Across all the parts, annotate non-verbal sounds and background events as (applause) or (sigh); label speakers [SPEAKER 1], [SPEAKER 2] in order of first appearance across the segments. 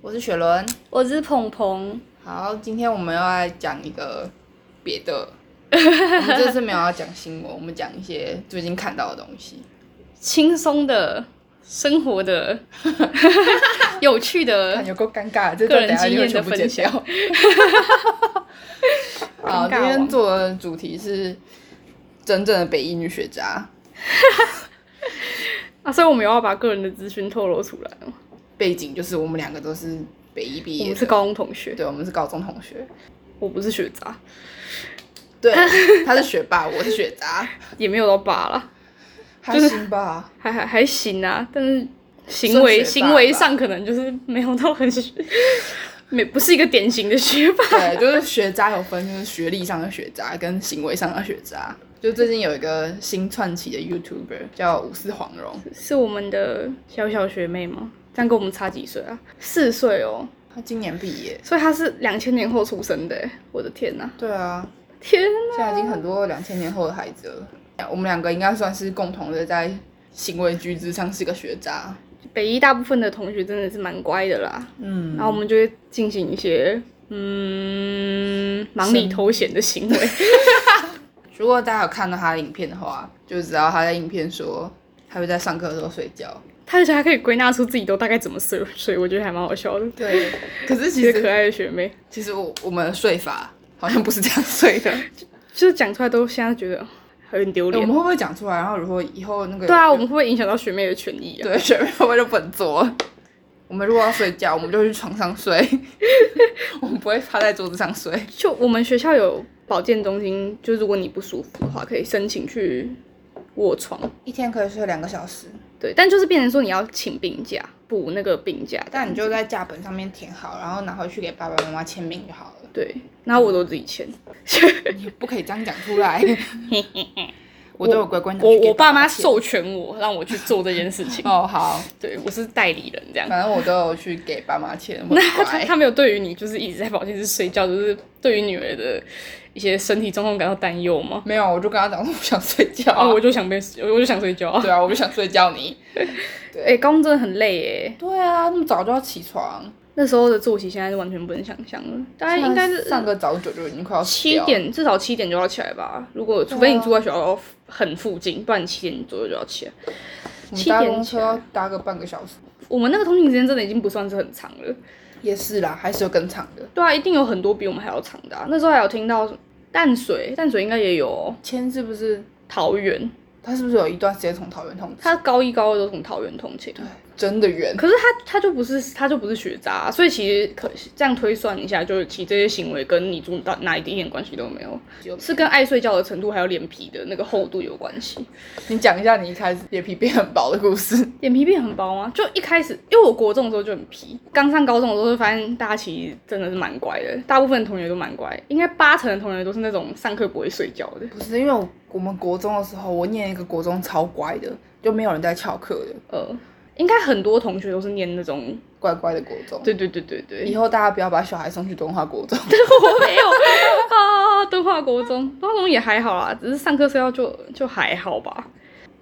[SPEAKER 1] 我是雪伦。
[SPEAKER 2] 我是鹏鹏，
[SPEAKER 1] 好，今天我们要来讲一个别的，我们这次没有要讲新 (laughs) 闻，我们讲一些最近看到的东西。
[SPEAKER 2] 轻松的、生活的、 (laughs) 有趣的，
[SPEAKER 1] 有够尴尬，这
[SPEAKER 2] 个人
[SPEAKER 1] 段等下
[SPEAKER 2] 经验
[SPEAKER 1] 就全
[SPEAKER 2] 的
[SPEAKER 1] 部
[SPEAKER 2] 分
[SPEAKER 1] 剪掉。 (laughs) 哦好，
[SPEAKER 2] 尴
[SPEAKER 1] 今
[SPEAKER 2] 尬
[SPEAKER 1] 天
[SPEAKER 2] 王
[SPEAKER 1] 做的主题是真正的北医女学渣。
[SPEAKER 2] (laughs) 啊，所以我们有要把个人的资讯透露出来哦。
[SPEAKER 1] 背景就是我们两个都是北医毕业
[SPEAKER 2] 我们
[SPEAKER 1] 的，
[SPEAKER 2] 是高中同学，
[SPEAKER 1] 对，我们是高中同学。
[SPEAKER 2] 我不是学渣，
[SPEAKER 1] 对，他是学霸，我是学渣，
[SPEAKER 2] 也没有到八啦，
[SPEAKER 1] (laughs) 还行吧。
[SPEAKER 2] 还还还行啊，但是行
[SPEAKER 1] 算
[SPEAKER 2] 为
[SPEAKER 1] 学霸
[SPEAKER 2] 行为
[SPEAKER 1] 吧
[SPEAKER 2] 上可能就是没有到很学， (laughs) 没不是一个典型的学霸。
[SPEAKER 1] (laughs) 对，就是学渣有分，就是学历上的学渣跟行为上的学渣。就最近有一个新窜起的 YouTuber 叫五四黄蓉，
[SPEAKER 2] (laughs) 是我们的小小学妹吗？这样跟我们差几岁啊？四岁哦，
[SPEAKER 1] 他今年毕业。
[SPEAKER 2] 所以她是两千年后出生的耶，我的天呐、
[SPEAKER 1] 对啊，
[SPEAKER 2] 天呐、
[SPEAKER 1] 现在已经很多两千年后的孩子了。我们两个应该算是共同的在行为举止上是个学渣。
[SPEAKER 2] 北医大部分的同学真的是蛮乖的啦，
[SPEAKER 1] 嗯，
[SPEAKER 2] 然后我们就会进行一些嗯忙里偷闲的
[SPEAKER 1] (laughs)
[SPEAKER 2] 行为。
[SPEAKER 1] 如果大家有看到他的影片的话，就知道他在影片说他会在上课的时候睡觉。
[SPEAKER 2] 他而且还可以归纳出自己都大概怎么睡，所以我觉得还蛮好笑的。
[SPEAKER 1] 对， (laughs) 可是其
[SPEAKER 2] 一个可
[SPEAKER 1] 实
[SPEAKER 2] 爱的学妹，
[SPEAKER 1] 其实我我们的睡法好像不是这样 (laughs) 睡
[SPEAKER 2] (laughs)
[SPEAKER 1] 的。
[SPEAKER 2] 就是讲出来都现在觉得有点丢
[SPEAKER 1] 欸我
[SPEAKER 2] 脸。
[SPEAKER 1] 们会不会讲出来？然后如果以后那个
[SPEAKER 2] 对啊，我们会不会影响到学妹的权益啊？
[SPEAKER 1] 对学妹会不会就本座了？我们如果要睡觉，我们就去床上睡， (laughs) 我们不会趴在桌子上睡。
[SPEAKER 2] 就我们学校有保健中心，就如果你不舒服的话，可以申请去卧床。
[SPEAKER 1] 一天可以睡两个小时，
[SPEAKER 2] 对，但就是变成说你要请病假，补那个病假。
[SPEAKER 1] 但你就在架本上面填好，然后拿回去给爸爸妈妈签名就好了。
[SPEAKER 2] 对，然后我都自己签。
[SPEAKER 1] 你不可以这样讲出来。 (laughs) 我都有乖乖拿去
[SPEAKER 2] 我
[SPEAKER 1] 给
[SPEAKER 2] 我爸妈
[SPEAKER 1] 签
[SPEAKER 2] 授权我让我去做这件事 (laughs) 情，
[SPEAKER 1] 哦好，
[SPEAKER 2] 对我是代理人这样。
[SPEAKER 1] 反正我都有去给爸妈签，我 (laughs) 很
[SPEAKER 2] 他
[SPEAKER 1] 乖。
[SPEAKER 2] 他没有对于你就是一直在保健室睡觉，就是对于女儿的一些身体状况感到担忧吗？
[SPEAKER 1] 没有，我就跟他讲说我想睡觉啊、
[SPEAKER 2] 啊，我就想被，我我就想睡觉啊。
[SPEAKER 1] 对啊，我就想睡觉你。
[SPEAKER 2] 哎、高中真的很累哎，
[SPEAKER 1] 对啊，那么早就要起床，
[SPEAKER 2] 那时候的作息现在是完全不能想象了，大概应该是
[SPEAKER 1] 上个早九就已经快要死
[SPEAKER 2] 七
[SPEAKER 1] 掉了
[SPEAKER 2] 点，至少七点就要起来吧。如果除非你住在学校很附近，不然你七点左右就要起来。
[SPEAKER 1] 我们
[SPEAKER 2] 七
[SPEAKER 1] 搭
[SPEAKER 2] 点
[SPEAKER 1] 公
[SPEAKER 2] 起
[SPEAKER 1] 车
[SPEAKER 2] 来
[SPEAKER 1] 要搭个半个小时。
[SPEAKER 2] 我们那个通勤时间真的已经不算是很长了。
[SPEAKER 1] 也是啦，还是有更长的。
[SPEAKER 2] 对啊，一定有很多比我们还要长的、啊。那时候还有听到淡水，淡水应该也有哦
[SPEAKER 1] 签是不是
[SPEAKER 2] 桃园，
[SPEAKER 1] 他是不是有一段时间从桃园通勤？
[SPEAKER 2] 他高一高二都从桃园通勤。
[SPEAKER 1] 真的远，
[SPEAKER 2] 可是他他就不是他就不是学渣啊、所以其实可这样推算一下，就是其实这些行为跟你住到哪里一点关系都没有，是跟爱睡觉的程度还有脸皮的那个厚度有关系。
[SPEAKER 1] 你讲一下你一开始脸皮变很薄的故事。
[SPEAKER 2] 脸皮变很薄吗？就一开始，因为我国中的时候就很皮，刚上高中的时候就发现大家其实真的是蛮乖的，大部分同学都蛮乖，应该八成的同学都是那种上课不会睡觉的。
[SPEAKER 1] (laughs) 不是因为我我们国中的时候，我念一个国中超乖的，就没有人在翘课的，
[SPEAKER 2] 呃，应该很多同学都是念那种，
[SPEAKER 1] 乖乖的国中。
[SPEAKER 2] 对对对对
[SPEAKER 1] 哦以
[SPEAKER 2] (laughs) 对，
[SPEAKER 1] 后大家不要把小孩送去东华 (laughs) 国中，
[SPEAKER 2] 我没有 (laughs) 啊，敦化国中，敦化国中也还好啦，只是上课睡觉就就还好吧。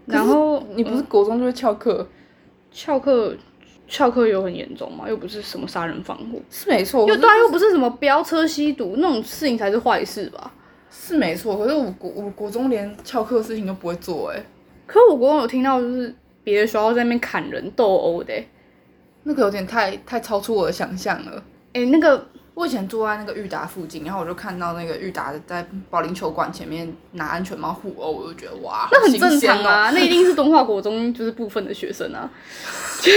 [SPEAKER 2] 然后嗯
[SPEAKER 1] 你不是国中就会翘课，
[SPEAKER 2] 翘课，翘课有很严重吗？又不是什么杀人放火，
[SPEAKER 1] 是没错，
[SPEAKER 2] 又
[SPEAKER 1] 可是
[SPEAKER 2] 对啊，又不是什么飙车吸毒那种事情才是坏事吧？
[SPEAKER 1] 是没错。可是我国我国中连翘课的事情都不会做、哎，
[SPEAKER 2] 可是我国中有听到就是别的学校在那边砍人斗殴的、欸，
[SPEAKER 1] 那个有点太太超出我的想象了。
[SPEAKER 2] 哎、那个
[SPEAKER 1] 我以前住在那个裕达附近，然后我就看到那个裕达在保龄球馆前面拿安全帽互殴，我就觉得哇，
[SPEAKER 2] 那很
[SPEAKER 1] 好新
[SPEAKER 2] 正
[SPEAKER 1] 鲜
[SPEAKER 2] 常啊，
[SPEAKER 1] 哦。
[SPEAKER 2] 那一定是东华国中就是部分的学生啊。 (laughs)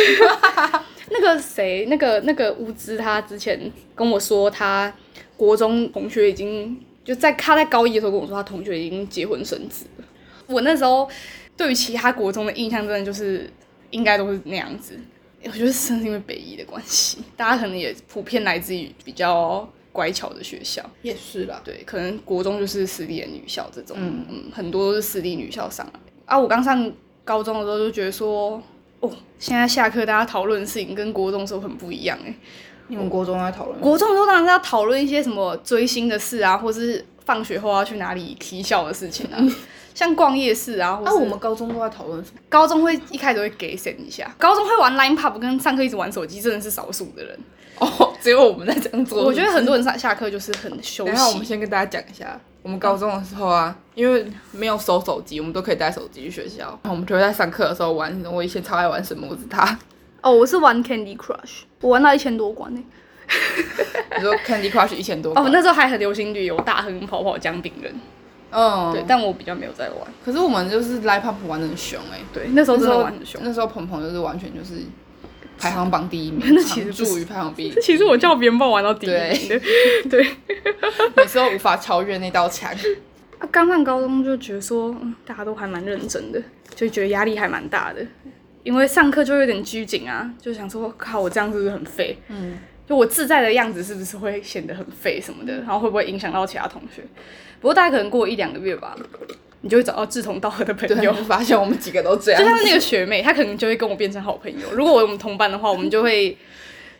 [SPEAKER 2] 那个谁，那个那个乌兹，他之前跟我说，他国中同学已经就在他在高一的时候跟我说，他同学已经结婚生子了。我那时候对于其他国中的印象，真的就是应该都是那样子。我觉得真的是因为北一的关系，大家可能也普遍来自于比较乖巧的学校。
[SPEAKER 1] 也是啦，
[SPEAKER 2] 对，可能国中就是私立的女校这种，
[SPEAKER 1] 嗯
[SPEAKER 2] 嗯很多都是私立女校上来。啊，我刚上高中的时候就觉得说，哦，现在下课大家讨论的事情跟国中的时候很不一样哎、
[SPEAKER 1] 你们国中在讨论吗，
[SPEAKER 2] 国中的时候当然是要讨论一些什么追星的事啊，或是放学后要去哪里踢校的事情啊。 (laughs) 像逛夜市啊，或
[SPEAKER 1] 啊，
[SPEAKER 2] 是
[SPEAKER 1] 我们高中都在讨论什么？
[SPEAKER 2] 高中会一开始会给神一下，高中会玩 Line Pub 跟上课一直玩手机，真的是少数的人。
[SPEAKER 1] 哦， (laughs) 只有我们在这样做。
[SPEAKER 2] 我觉嗯得很多人上下课就是很休
[SPEAKER 1] 然后我们
[SPEAKER 2] 息，
[SPEAKER 1] 先跟大家讲一下，我们高中的时候啊，因为没有收手机，我们都可以带手机去学校，然后我们就会在上课的时候玩。我以前超爱玩神魔之塔，
[SPEAKER 2] 哦，我是玩 Candy Crush，我玩到一千多关欸呢、
[SPEAKER 1] 你说 Candy Crush 一千多
[SPEAKER 2] 哦，
[SPEAKER 1] 关，
[SPEAKER 2] 那时候还很流行旅游大亨、跑跑姜饼人，
[SPEAKER 1] 嗯，
[SPEAKER 2] 对，但我比较没有在玩。
[SPEAKER 1] 可是我们就是 Live Up 玩的很凶哎、
[SPEAKER 2] 对，那时候
[SPEAKER 1] 那时
[SPEAKER 2] 真的
[SPEAKER 1] 候
[SPEAKER 2] 玩很凶。
[SPEAKER 1] 那时候鹏鹏就是完全就是排行榜第一名，
[SPEAKER 2] (laughs) 那其实不是
[SPEAKER 1] 常驻于排行榜第一名，
[SPEAKER 2] (laughs) 其实我叫别人帮我玩到第一名的，对。
[SPEAKER 1] 每次都无法超越那道墙。
[SPEAKER 2] (laughs) (laughs) 啊，刚上高中就觉得说，嗯，大家都还蛮认真的，就觉得压力还蛮大的，因为上课就有点拘谨啊，就想说，靠，我这样是不是很废？
[SPEAKER 1] 嗯，
[SPEAKER 2] 就我自在的样子是不是会显得很废什么的？然后会不会影响到其他同学？不过大概可能过一两个月吧，你就会找到志同道合的朋
[SPEAKER 1] 对，
[SPEAKER 2] 友
[SPEAKER 1] 你。会发现我们几个都这样
[SPEAKER 2] (laughs) 就。像是那个学妹，她可能就会跟我变成好朋友。如果我们同班的话，我们就会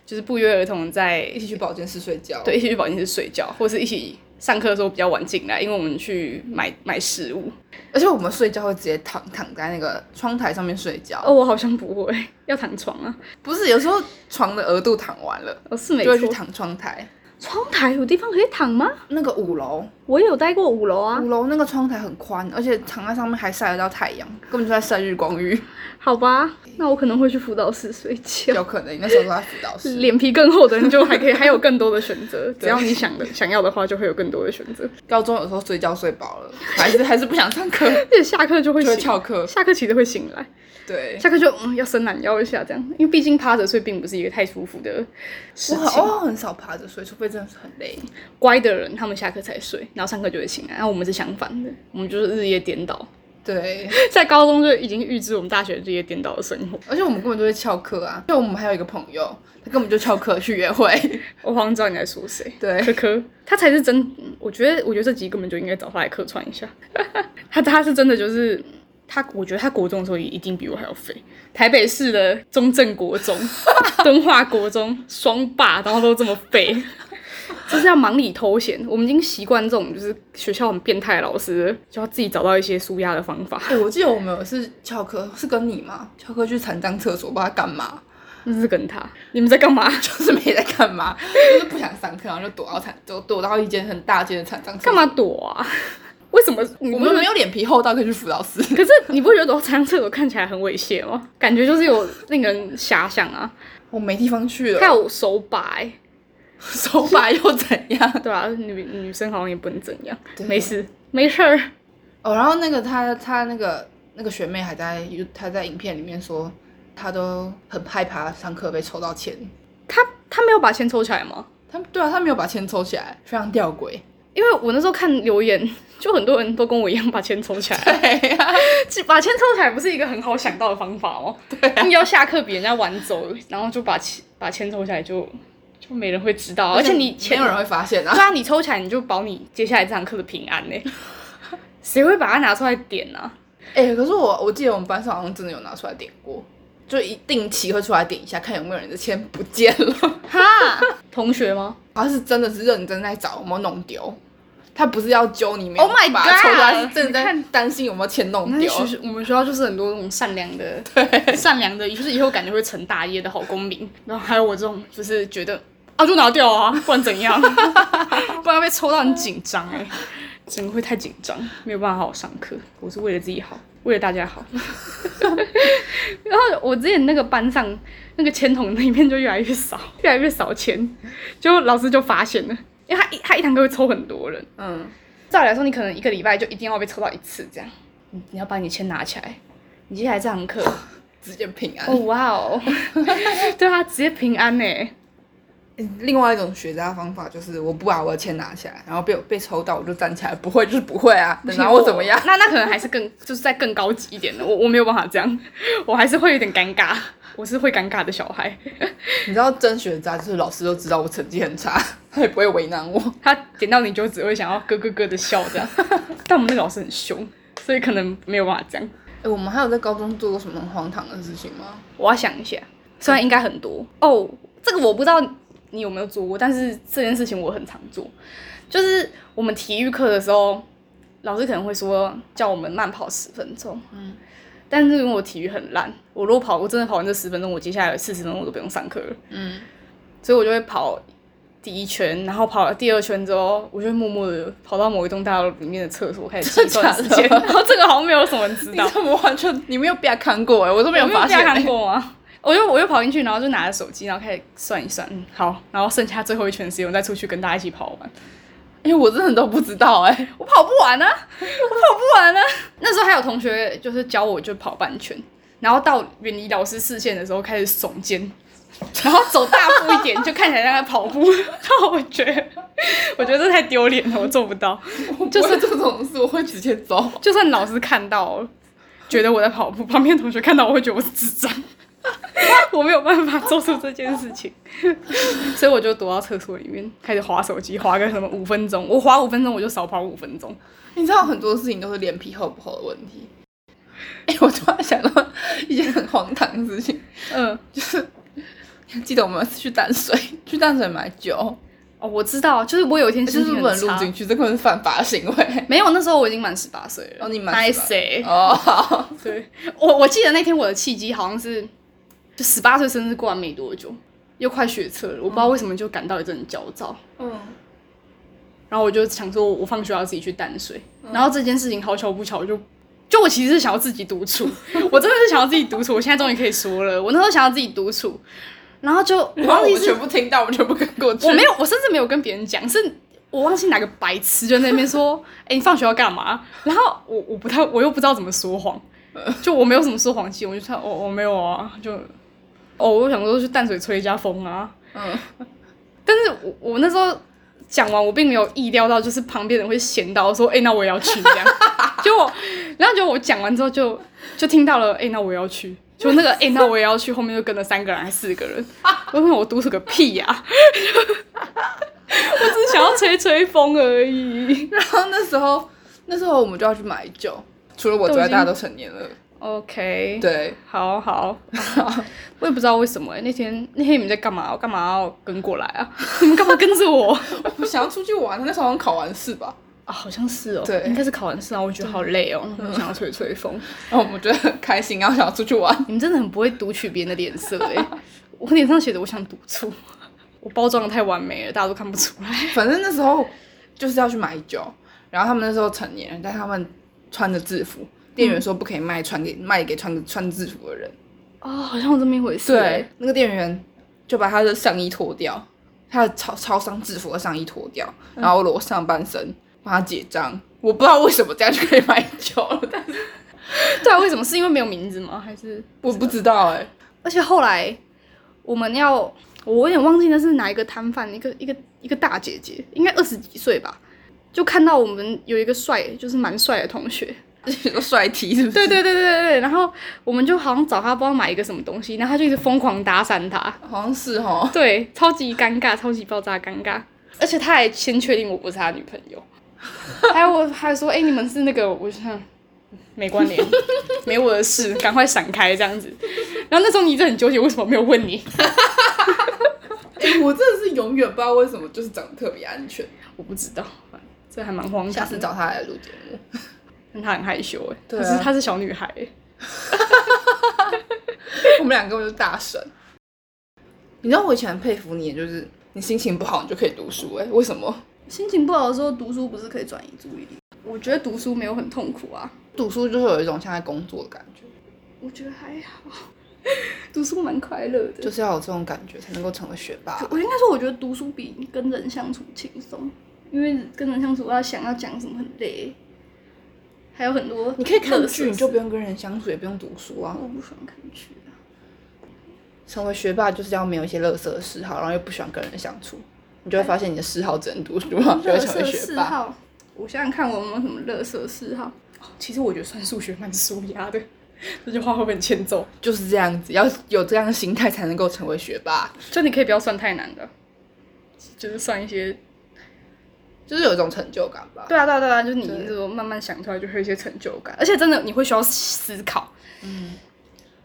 [SPEAKER 2] 就是不约而同在
[SPEAKER 1] 一起去保健室睡觉。
[SPEAKER 2] 对，一起去保健室睡觉，或是一起上课的时候比较晚进来，因为我们去买买食物。
[SPEAKER 1] 而且我们睡觉会直接躺躺在那个窗台上面睡觉，
[SPEAKER 2] 哦，我好像不会，要躺床啊。
[SPEAKER 1] 不是有时候床的额度躺完了，
[SPEAKER 2] 哦，是没
[SPEAKER 1] 就会去
[SPEAKER 2] 错。
[SPEAKER 1] 躺窗台。
[SPEAKER 2] 窗台有地方可以躺吗？
[SPEAKER 1] 那个五楼，
[SPEAKER 2] 我也有待过五楼啊
[SPEAKER 1] 五，楼那个窗台很宽，而且躺在上面还晒得到太阳，根本就在晒日光
[SPEAKER 2] (laughs)
[SPEAKER 1] 浴。
[SPEAKER 2] 好吧，那我可能会去辅导室睡觉。
[SPEAKER 1] 有可能你那时候都在辅导室。
[SPEAKER 2] 脸皮更厚的人就还可以，还有更多的选择。只
[SPEAKER 1] (laughs) 对
[SPEAKER 2] 要你想的想要的话，就会有更多的选择。
[SPEAKER 1] 高中有时候睡觉睡饱了， (laughs) 还是还是不想上
[SPEAKER 2] (laughs)
[SPEAKER 1] 课，
[SPEAKER 2] 而且下课就会
[SPEAKER 1] 就会
[SPEAKER 2] 醒，
[SPEAKER 1] 翘课。
[SPEAKER 2] 下课其实会醒来，
[SPEAKER 1] 对，
[SPEAKER 2] 下课就嗯要伸懒腰一下这样，因为毕竟趴着睡并不是一个太舒服的事
[SPEAKER 1] 我
[SPEAKER 2] 情。
[SPEAKER 1] 很我很少爬着睡，除非真的是很累。
[SPEAKER 2] 乖的人，他们下课才睡，然后上课就会醒来。然后我们是相反的，我们就是日夜颠倒。
[SPEAKER 1] 对，
[SPEAKER 2] 在高中就已经预知我们大学日夜颠倒的生活。
[SPEAKER 1] 而且我们根本就会翘课啊。就我们还有一个朋友，他根本就翘课去约
[SPEAKER 2] (laughs)
[SPEAKER 1] 会。
[SPEAKER 2] 我好像知道你在说谁，
[SPEAKER 1] 对
[SPEAKER 2] 科科，他才是真。嗯我觉得，我觉得这集根本就应该找他来客串一下。 (laughs) 他他是真的就是他，我觉得他国中的时候也一定比我还要废。台北市的中正国中、 (laughs) 敦化国中双霸，然后都这么废。就是要忙里偷闲，我们已经习惯这种就是学校很变态的老师了，就要自己找到一些舒压的方法。
[SPEAKER 1] 哎、我记得我们有一次翘课，是跟你吗？翘课去残障厕所，不知道干嘛， (laughs)
[SPEAKER 2] 那是跟他，你们在干嘛？ (laughs)
[SPEAKER 1] 就是没在干嘛，就是不想上课，然后就躲到残，就躲到一间很大间的残障厕所。
[SPEAKER 2] 干嘛？躲啊？ (laughs) 为什么你
[SPEAKER 1] 我们
[SPEAKER 2] 不觉得
[SPEAKER 1] 没有脸皮厚到可以去辅导
[SPEAKER 2] (laughs)
[SPEAKER 1] 室。
[SPEAKER 2] 可是你不觉得躲藏厕所看起来很猥亵吗？感觉就是有令人遐想啊。
[SPEAKER 1] 我没地方去
[SPEAKER 2] 他
[SPEAKER 1] 了，
[SPEAKER 2] 有手把、欸，
[SPEAKER 1] 手把又怎样？
[SPEAKER 2] 对啊，女女生好像也不能怎样，
[SPEAKER 1] 对
[SPEAKER 2] 没事，没事儿。
[SPEAKER 1] 哦，然后那个他他那个那个学妹还在她在影片里面说，她都很害怕上课被抽到签。
[SPEAKER 2] 他他没有把钱抽起来吗？
[SPEAKER 1] 他对啊，他没有把签抽起来，非常吊
[SPEAKER 2] (laughs)
[SPEAKER 1] 诡。
[SPEAKER 2] 因为我那时候看留言，就很多人都跟我一样把钱抽起来，
[SPEAKER 1] (laughs) 对呀、
[SPEAKER 2] 啊把钱抽起来不是一个很好想到的方法吗？对、你要下课比人家晚走，然后就把钱把钱抽起来就，就没人会知道啊，而且你
[SPEAKER 1] 没
[SPEAKER 2] 钱
[SPEAKER 1] 有人会发现啊 (laughs)
[SPEAKER 2] 对。啊，你抽起来你就保你接下来这堂课的平安呢、谁会把它拿出来点啊呢、
[SPEAKER 1] 哎、可是我我记得我们班上好像真的有拿出来点过，就一定期会出来点一下，看有没有人的签不见了。 (laughs)
[SPEAKER 2] 哈，同学吗
[SPEAKER 1] 好像是真的是认真在找有没有弄丢，他不是要揪你没有
[SPEAKER 2] Oh my
[SPEAKER 1] 把
[SPEAKER 2] God！
[SPEAKER 1] 抽出来，是真的
[SPEAKER 2] 你
[SPEAKER 1] 在
[SPEAKER 2] 看
[SPEAKER 1] 担心有没有签弄
[SPEAKER 2] 那
[SPEAKER 1] 丢。
[SPEAKER 2] 学我们学校就是很多那种善良 (laughs) 的，善良的，就是以后感觉会成大业的好公民。然后还有我这种，就是觉得啊，就拿掉啊，不然怎样？ (laughs) 不然被抽到很紧张哎、整个会太紧张，没有办法好好上课。我是为了自己好，为了大家好。 (laughs) 然后我之前那个班上那个铅筒里面就越来越少，越来越少钱，就老师就发现了，因为他一他一堂课会抽很多人。
[SPEAKER 1] 嗯，
[SPEAKER 2] 照理来说，你可能一个礼拜就一定要被抽到一次这样。你你要把你的签拿起来，你接下来这堂课，
[SPEAKER 1] 直接平安。
[SPEAKER 2] 哦哇 (laughs) 哦，对啊，直接平安呢。 (laughs)
[SPEAKER 1] 嗯另外一种学渣方法就是我不把我的钱拿起来，然后被被抽到我就站起来，不会就是不会啊，能拿我怎么样？？
[SPEAKER 2] 那那可能还是更就是再更高级一点的，我我没有办法这样， (laughs) 我还是会有点尴尬，我是会尴尬的小孩。
[SPEAKER 1] 你知道真学渣就是老师都知道我成绩很差，他也不会为难我。
[SPEAKER 2] 他点到你就只会想要咯咯咯的笑 (laughs) 这样，但我们那个老师很凶，所以可能没有办法这样。
[SPEAKER 1] 哎、我们还有在高中做过什么很荒唐的事情吗？
[SPEAKER 2] 我要想一下，虽然应该很多哦，这个我不知道你有没有做过，但是这件事情我很常做，就是我们体育课的时候，老师可能会说叫我们慢跑十分钟，嗯，但是因为我体育很烂，我如果跑，我真的跑完这十分钟，我接下来四十分钟我都不用上课了，
[SPEAKER 1] 嗯，
[SPEAKER 2] 所以我就会跑第一圈，然后跑了第二圈之后，我就会默默的跑到某一栋大楼里面的厕所开始计算时间，
[SPEAKER 1] 真的假
[SPEAKER 2] 然后 (laughs) 这个好像没有什么人知
[SPEAKER 1] 你
[SPEAKER 2] 道，
[SPEAKER 1] 怎么完全你没有被他看过哎、我都没
[SPEAKER 2] 我
[SPEAKER 1] 有发现、
[SPEAKER 2] 被他看
[SPEAKER 1] 欸。
[SPEAKER 2] 过啊吗？ (laughs) 我就我就跑进去，然后就拿着手机，然后开始算一算，嗯，好，然后剩下最后一圈时间，我再出去跟大家一起跑完。
[SPEAKER 1] 因为我真的都不知道哎、
[SPEAKER 2] 我跑不完啊，我跑不完啊。那时候还有同学就是教我就跑半圈，然后到远离老师视线的时候开始耸肩，然后走大步一点，就看起来像在跑步。 (laughs) 然后我觉得，我觉得这太丢脸了，我做不到。
[SPEAKER 1] (laughs) 就是这种事，我会直接走。
[SPEAKER 2] 就算老师看到了，觉得我在跑步，旁边同学看到我会觉得我是智
[SPEAKER 1] (laughs)
[SPEAKER 2] 障，我没有办法做出这件事情，所以我就躲到厕所里面开始划手机，划个什么五分钟，我划五分钟我就少跑五分钟。
[SPEAKER 1] (laughs) 你知道很多事情都是脸皮厚不厚的问 (laughs) 题。哎、我突然想到一件很荒唐的事情，
[SPEAKER 2] 嗯，
[SPEAKER 1] 就是记得我们去淡水，去淡水买酒，
[SPEAKER 2] 哦，我知道，就是我有一
[SPEAKER 1] (laughs)
[SPEAKER 2] 天
[SPEAKER 1] 就
[SPEAKER 2] 心
[SPEAKER 1] 是
[SPEAKER 2] 情
[SPEAKER 1] 不能
[SPEAKER 2] 很
[SPEAKER 1] 录
[SPEAKER 2] 差，
[SPEAKER 1] 进去，这根本是犯法行 (laughs) 为。
[SPEAKER 2] 没有，那时候我已经满十八岁了。
[SPEAKER 1] 哦你满
[SPEAKER 2] 哪里
[SPEAKER 1] 18
[SPEAKER 2] 谁？
[SPEAKER 1] 哦，好
[SPEAKER 2] 对，我我记得那天我的契机好像是，就十八岁生日过完没多久，又快学车了，我不知道为什么就感到一阵焦躁。
[SPEAKER 1] 嗯，
[SPEAKER 2] 然后我就想说，我放学要自己去淡水。然后这件事情好巧不巧，我就就我其实是想要自己独处， (laughs) 我真的是想要自己独处。我现在终于可以说了，我那时候想要自己独处，然后就我
[SPEAKER 1] 然后
[SPEAKER 2] 忘
[SPEAKER 1] 我
[SPEAKER 2] 记
[SPEAKER 1] 们
[SPEAKER 2] 是
[SPEAKER 1] 全部听到，我们全部跟过去。
[SPEAKER 2] 我没有，我甚至没有跟别人讲，是我忘记哪个白痴就在那边说， (laughs) 哎、你放学要干嘛？然后我我不太，我又不知道怎么说谎，
[SPEAKER 1] 呃
[SPEAKER 2] 就我没有什么说谎技，我就说，我、我没有啊，就，哦，我想说去淡水吹一下风啊，
[SPEAKER 1] 嗯，
[SPEAKER 2] 但是我我那时候讲完，我并没有意料到，就是旁边人会闲到说，哎、那我也要去这样。结果，然后结果我讲完之后就就听到了，哎、那我也要去。就那个，哎、那我也要去，后面就跟了三个人还是四个人。我想我独处个屁呀、 (laughs) 我只是想要吹吹风而已。
[SPEAKER 1] 然后那时候，那时候我们就要去买酒，除了我之
[SPEAKER 2] 都已
[SPEAKER 1] 外，
[SPEAKER 2] 经
[SPEAKER 1] 大家都成年了。
[SPEAKER 2] OK，，
[SPEAKER 1] 对，
[SPEAKER 2] 好好，我也不知道为什么、哎那天那天你们在干嘛？我干嘛要跟过来啊？ (laughs) 你们干嘛跟着我？
[SPEAKER 1] 我想要出去玩，那时候好像考完试吧，
[SPEAKER 2] 啊，好像是哦，
[SPEAKER 1] 对
[SPEAKER 2] 应该是考完试啊，我觉得好累哦，我想要吹吹风。
[SPEAKER 1] 然后我们觉得很开心，然后想要出去玩。 (laughs)
[SPEAKER 2] 你们真的很不会读取别人的脸色哎、 (laughs) 我脸上写着我想独处， (laughs) 我包装的太完美了，大家都看不出来。
[SPEAKER 1] 反正那时候就是要去买酒，然后他们那时候成年人，但他们穿着制服，店员说不可以卖穿给卖给穿着穿制服的人。
[SPEAKER 2] (laughs) 哦，好像有这么一回事、哎，，
[SPEAKER 1] 那个店员就把他的上衣脱掉，他的超超商制服的上衣脱掉，然后裸上半身帮他结账。我不知道为什么这样就可以买酒了， (laughs) 但是
[SPEAKER 2] 对啊，为什么？是因为没有名字吗？还是？
[SPEAKER 1] 我不知道哎、
[SPEAKER 2] 而且后来我们要，我有点忘记那是哪一个摊贩，一个一个一个大姐姐，应该二十几岁吧，就看到我们有一个帅，就是蛮帅的同 (laughs) 学，
[SPEAKER 1] 你说帅 T 是不是？
[SPEAKER 2] 对对对对对对，然后我们就好像找他不知道买一个什么东西，然后他就一直疯狂搭讪他，
[SPEAKER 1] 好像是哦。
[SPEAKER 2] (laughs) 对，超级尴尬，超级爆炸尴尬，而且他还先确定我不是他女朋 (laughs) 友，还有我还说，哎、你们是那个，我就想没关 (laughs) 联，没我的事，赶快闪开这样子。然后那时候你一直很纠结，为什么没有问你？
[SPEAKER 1] (laughs) 哎、我真的是永远不知道为什么就是长得特别安全。
[SPEAKER 2] 我不知道，这还蛮
[SPEAKER 1] (laughs)
[SPEAKER 2] 荒
[SPEAKER 1] 下
[SPEAKER 2] 唐
[SPEAKER 1] 次
[SPEAKER 2] 的。
[SPEAKER 1] 找他来录节目。
[SPEAKER 2] 但她很害羞哎、
[SPEAKER 1] 对
[SPEAKER 2] 可
[SPEAKER 1] 啊
[SPEAKER 2] 是她是小女孩欸、
[SPEAKER 1] (laughs) 我们两个就是大神。你知道我以前很佩服你，就是你心情不好你就可以读书、哎，为什么？
[SPEAKER 2] 心情不好的时候读书不是可以转移注意力？我觉得读书没有很痛苦啊，
[SPEAKER 1] 读书就是有一种像在工作的感觉，
[SPEAKER 2] 我觉得还好，读书蛮快乐的。
[SPEAKER 1] 就是要有这种感觉才能够成为学霸。
[SPEAKER 2] 我应该说，我觉得读书比跟人相处轻松，因为跟人相处要想要讲什么很累，还有很多
[SPEAKER 1] 你可以看
[SPEAKER 2] 乐色
[SPEAKER 1] 剧，你就
[SPEAKER 2] 事
[SPEAKER 1] 不用跟人相处，也不用读书啊。
[SPEAKER 2] 我不喜欢看剧啊。
[SPEAKER 1] 成为学霸就是要没有一些乐色的嗜好，然后又不喜欢跟人相处，你
[SPEAKER 2] 哎
[SPEAKER 1] 就会发现你的嗜好只能读书，然后就会
[SPEAKER 2] 乐
[SPEAKER 1] 成
[SPEAKER 2] 色
[SPEAKER 1] 为学
[SPEAKER 2] 嗜
[SPEAKER 1] 霸。
[SPEAKER 2] 好，我想想看我有没有什么乐色嗜好。哦其实我觉得算数学蛮舒压的，这句话会不会很欠揍？
[SPEAKER 1] 就是这样子，要有这样的心态才能够成为学霸。
[SPEAKER 2] 就你可以不要算太难的，就是算一些。
[SPEAKER 1] 就是有一种成就感吧。
[SPEAKER 2] 对啊，对啊，对啊，就是你
[SPEAKER 1] 对
[SPEAKER 2] 这种慢慢想出来，就会有一些成就感，而且真的你会需要思考。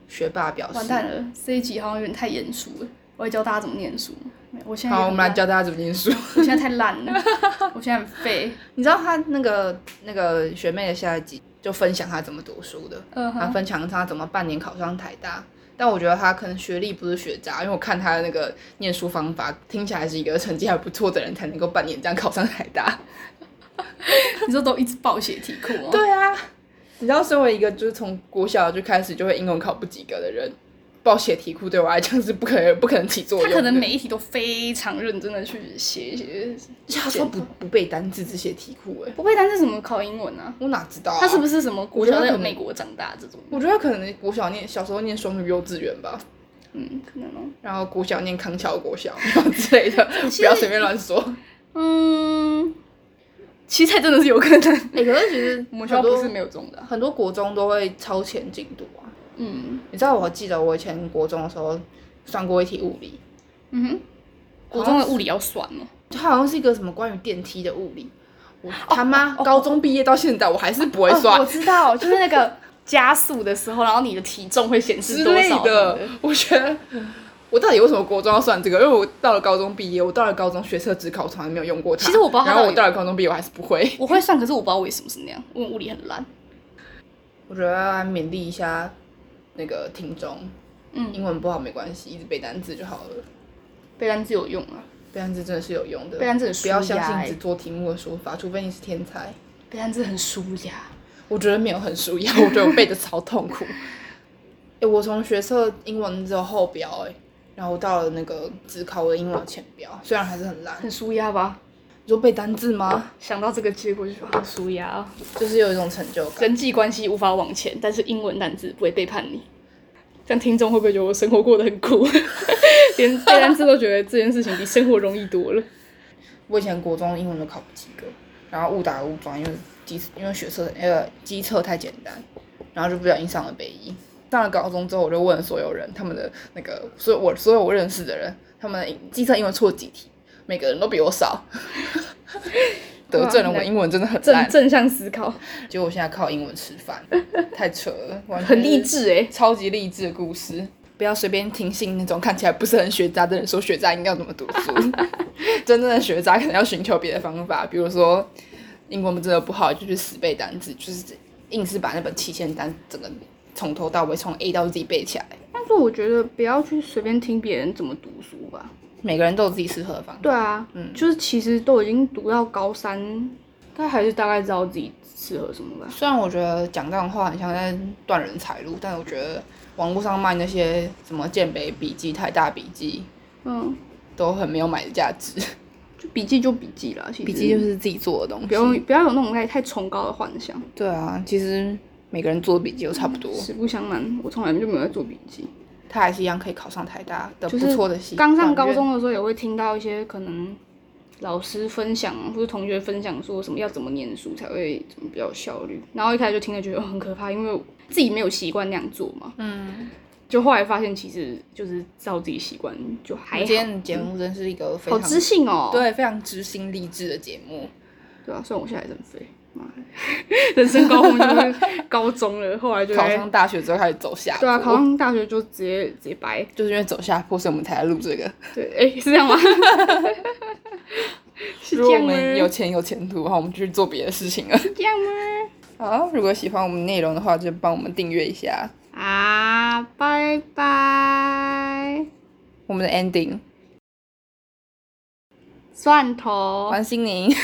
[SPEAKER 1] 学霸表示，
[SPEAKER 2] 完蛋了，这一集好像有点太严肃了。我也教大家怎么念书，没我现在
[SPEAKER 1] 好，
[SPEAKER 2] 有
[SPEAKER 1] 我
[SPEAKER 2] 点
[SPEAKER 1] 们来
[SPEAKER 2] 烂
[SPEAKER 1] 教大家怎么念书。
[SPEAKER 2] 我现在太烂了， (laughs) 我现在很废。
[SPEAKER 1] 你知道他那个那个学妹的下一集就分享她怎么读书的，
[SPEAKER 2] 嗯
[SPEAKER 1] 她
[SPEAKER 2] 哼，
[SPEAKER 1] 分享她怎么半年考上台大。但我觉得她可能学历不是学渣，因为我看她的那个念书方法，听起来是一个成绩还不错的人才能够半年这样考上台
[SPEAKER 2] (laughs)
[SPEAKER 1] 大。
[SPEAKER 2] 你说都一直暴写题库哦？
[SPEAKER 1] 对啊，你知道，身为一个就是从国小就开始就会英文考不及格的人，报写题库对我来讲是不可能不可能起作
[SPEAKER 2] 他
[SPEAKER 1] 用的。
[SPEAKER 2] 可能每一题都非常认真的去写一写。
[SPEAKER 1] 他说不不背单字只写题库哎、
[SPEAKER 2] 不背单词怎么考英文啊？
[SPEAKER 1] 我哪知道、啊？
[SPEAKER 2] 他是不是什么国
[SPEAKER 1] 我
[SPEAKER 2] 小
[SPEAKER 1] 觉得他
[SPEAKER 2] 在
[SPEAKER 1] 可能
[SPEAKER 2] 美国长大这种？
[SPEAKER 1] 我觉得可能国小念小时候念双语幼稚园吧，
[SPEAKER 2] 嗯，可能哦。
[SPEAKER 1] 然后国小念康桥国小 (laughs) 之类的，不要随便乱说。
[SPEAKER 2] 嗯，其实还真的是有可能。
[SPEAKER 1] 哎、可是其实
[SPEAKER 2] 我
[SPEAKER 1] (laughs) 我们
[SPEAKER 2] 们学
[SPEAKER 1] 学校
[SPEAKER 2] 校
[SPEAKER 1] 不
[SPEAKER 2] 不
[SPEAKER 1] 是
[SPEAKER 2] 是
[SPEAKER 1] 没
[SPEAKER 2] 没有这种的啊、
[SPEAKER 1] 很多国中都会超前进度啊。
[SPEAKER 2] 嗯
[SPEAKER 1] 你知道，我记得我以前国中的时候算过一题物理，
[SPEAKER 2] 嗯哼，国中的物理要算哦。
[SPEAKER 1] 就它好像是一个什么关于电梯的物理。我他妈高中毕业到现在，我还是不会
[SPEAKER 2] 哦
[SPEAKER 1] 算
[SPEAKER 2] 我知道，就是那个加速的时候，然后你的体重会显示
[SPEAKER 1] 之
[SPEAKER 2] 多
[SPEAKER 1] 类
[SPEAKER 2] 少
[SPEAKER 1] 的
[SPEAKER 2] 什么。
[SPEAKER 1] 我觉得，我到底为什么国中要算这个？因为我到了高中毕业，我到了高中学测只考从来没有用过它。
[SPEAKER 2] 其实我不知道它
[SPEAKER 1] 然后
[SPEAKER 2] 到
[SPEAKER 1] 我
[SPEAKER 2] 底
[SPEAKER 1] 到了高中毕业，我还是不会。
[SPEAKER 2] 我会算，可是我不知道为什么是那样，因为物理很烂。
[SPEAKER 1] 我觉得要来勉励一下那个听众，
[SPEAKER 2] 嗯
[SPEAKER 1] 英文不好没关系，一直背单词就好了。
[SPEAKER 2] 背单词有用啊，
[SPEAKER 1] 背单词真的是有用的，
[SPEAKER 2] 背单词很
[SPEAKER 1] 不要
[SPEAKER 2] 舒压
[SPEAKER 1] 相信
[SPEAKER 2] 欸
[SPEAKER 1] 只做题目的说法，除非你是天才。
[SPEAKER 2] 背单词很舒压。
[SPEAKER 1] (laughs) 我觉得没有很舒 (laughs) 压，我觉得我背的超痛 (laughs) 苦。哎、我从学测英文只有后标哎、然后我到了那个只考我的英文有前标，虽然还是很烂。
[SPEAKER 2] 很舒压吧？
[SPEAKER 1] 你说背单字吗？
[SPEAKER 2] 想到这个结果就觉得好舒压啊！
[SPEAKER 1] 就是有一种成就感。
[SPEAKER 2] 人际关系无法往前，但是英文单字不会背叛你。这样听众会不会觉得我生活过得很苦？ (laughs) 连背单词都觉得这件事情比生活容易多了。
[SPEAKER 1] 我以前国中英文都考不及格，然后误打误撞，因为机因为学测那个机测太简单，然后就不小心上了北一。上了高中之后，我就问所有人他们的那个，所有我所有我认识的人，他们的机测英文错几题，每个人都比我少， (laughs) 得证了我英文真的很
[SPEAKER 2] 正
[SPEAKER 1] 烂。
[SPEAKER 2] 正向思考，
[SPEAKER 1] 结果我现在靠英文吃饭，太扯了，完全
[SPEAKER 2] 很励，志哎、
[SPEAKER 1] 超级励志的故事。不要随便听信那种看起来不是很学渣的人说学渣应该要怎么读书。 (laughs) 真正的学渣可能要寻求别的方法，比如说英文真的不好，就去死背单词，就是硬是把那本期限单整个从头到尾从 A 到 Z 背起来。
[SPEAKER 2] 但是我觉得不要去随便听别人怎么读书吧。
[SPEAKER 1] 每个人都有自己适合的方法。
[SPEAKER 2] 对啊，嗯，就是其实都已经读到高三，他还是大概知道自己适合什么吧。
[SPEAKER 1] 虽然我觉得讲这种话很像在断人财路，但我觉得网络上卖那些什么健北笔记、台大笔记，
[SPEAKER 2] 嗯，
[SPEAKER 1] 都很没有买的价值。
[SPEAKER 2] 就笔记就笔记啦，其
[SPEAKER 1] (laughs) 笔
[SPEAKER 2] 实
[SPEAKER 1] 记就是自己做的东西，
[SPEAKER 2] 不用不要有那种太太崇高的幻想。
[SPEAKER 1] 对啊，其实每个人做的笔记都差不多，
[SPEAKER 2] 实不相瞒，我从来就没有在做笔记。
[SPEAKER 1] 他还是一样可以考上台大的不
[SPEAKER 2] 就是
[SPEAKER 1] 错的系。
[SPEAKER 2] 刚上高，中的时候，也会听到一些可能老师分享或者同学分享说什么要怎么念书才会怎么比较有效率，然后一开始就听了觉得哦很可怕，因为自己没有习惯那样做嘛。
[SPEAKER 1] 嗯，
[SPEAKER 2] 就后来发现，其实就是照自己习惯就
[SPEAKER 1] 我
[SPEAKER 2] 还
[SPEAKER 1] 们
[SPEAKER 2] 好
[SPEAKER 1] 今。天的节目真是一个非
[SPEAKER 2] 好
[SPEAKER 1] 常
[SPEAKER 2] 知性哦，
[SPEAKER 1] 对非常知心励志的节目。
[SPEAKER 2] 对啊，虽然我现在还是很废，妈的， (laughs) 人生高峰就是高中了，后来就
[SPEAKER 1] 考
[SPEAKER 2] 在
[SPEAKER 1] 上大学之后开始走下坡，
[SPEAKER 2] 对啊，考上大学就直接直接掰，
[SPEAKER 1] 就是因为走下坡，所以我们才来录这 (laughs) 个。
[SPEAKER 2] 对，哎、是这样吗？ (laughs) 是
[SPEAKER 1] 如果我
[SPEAKER 2] 这样吗？
[SPEAKER 1] 们有钱有前途的话，我们就去做别的事情了。
[SPEAKER 2] 这样吗？
[SPEAKER 1] 好，如果喜欢我们内容的话，就帮我们订阅一下
[SPEAKER 2] 啊，拜拜，
[SPEAKER 1] 我们的 ending。
[SPEAKER 2] 蒜头。
[SPEAKER 1] 王心凌。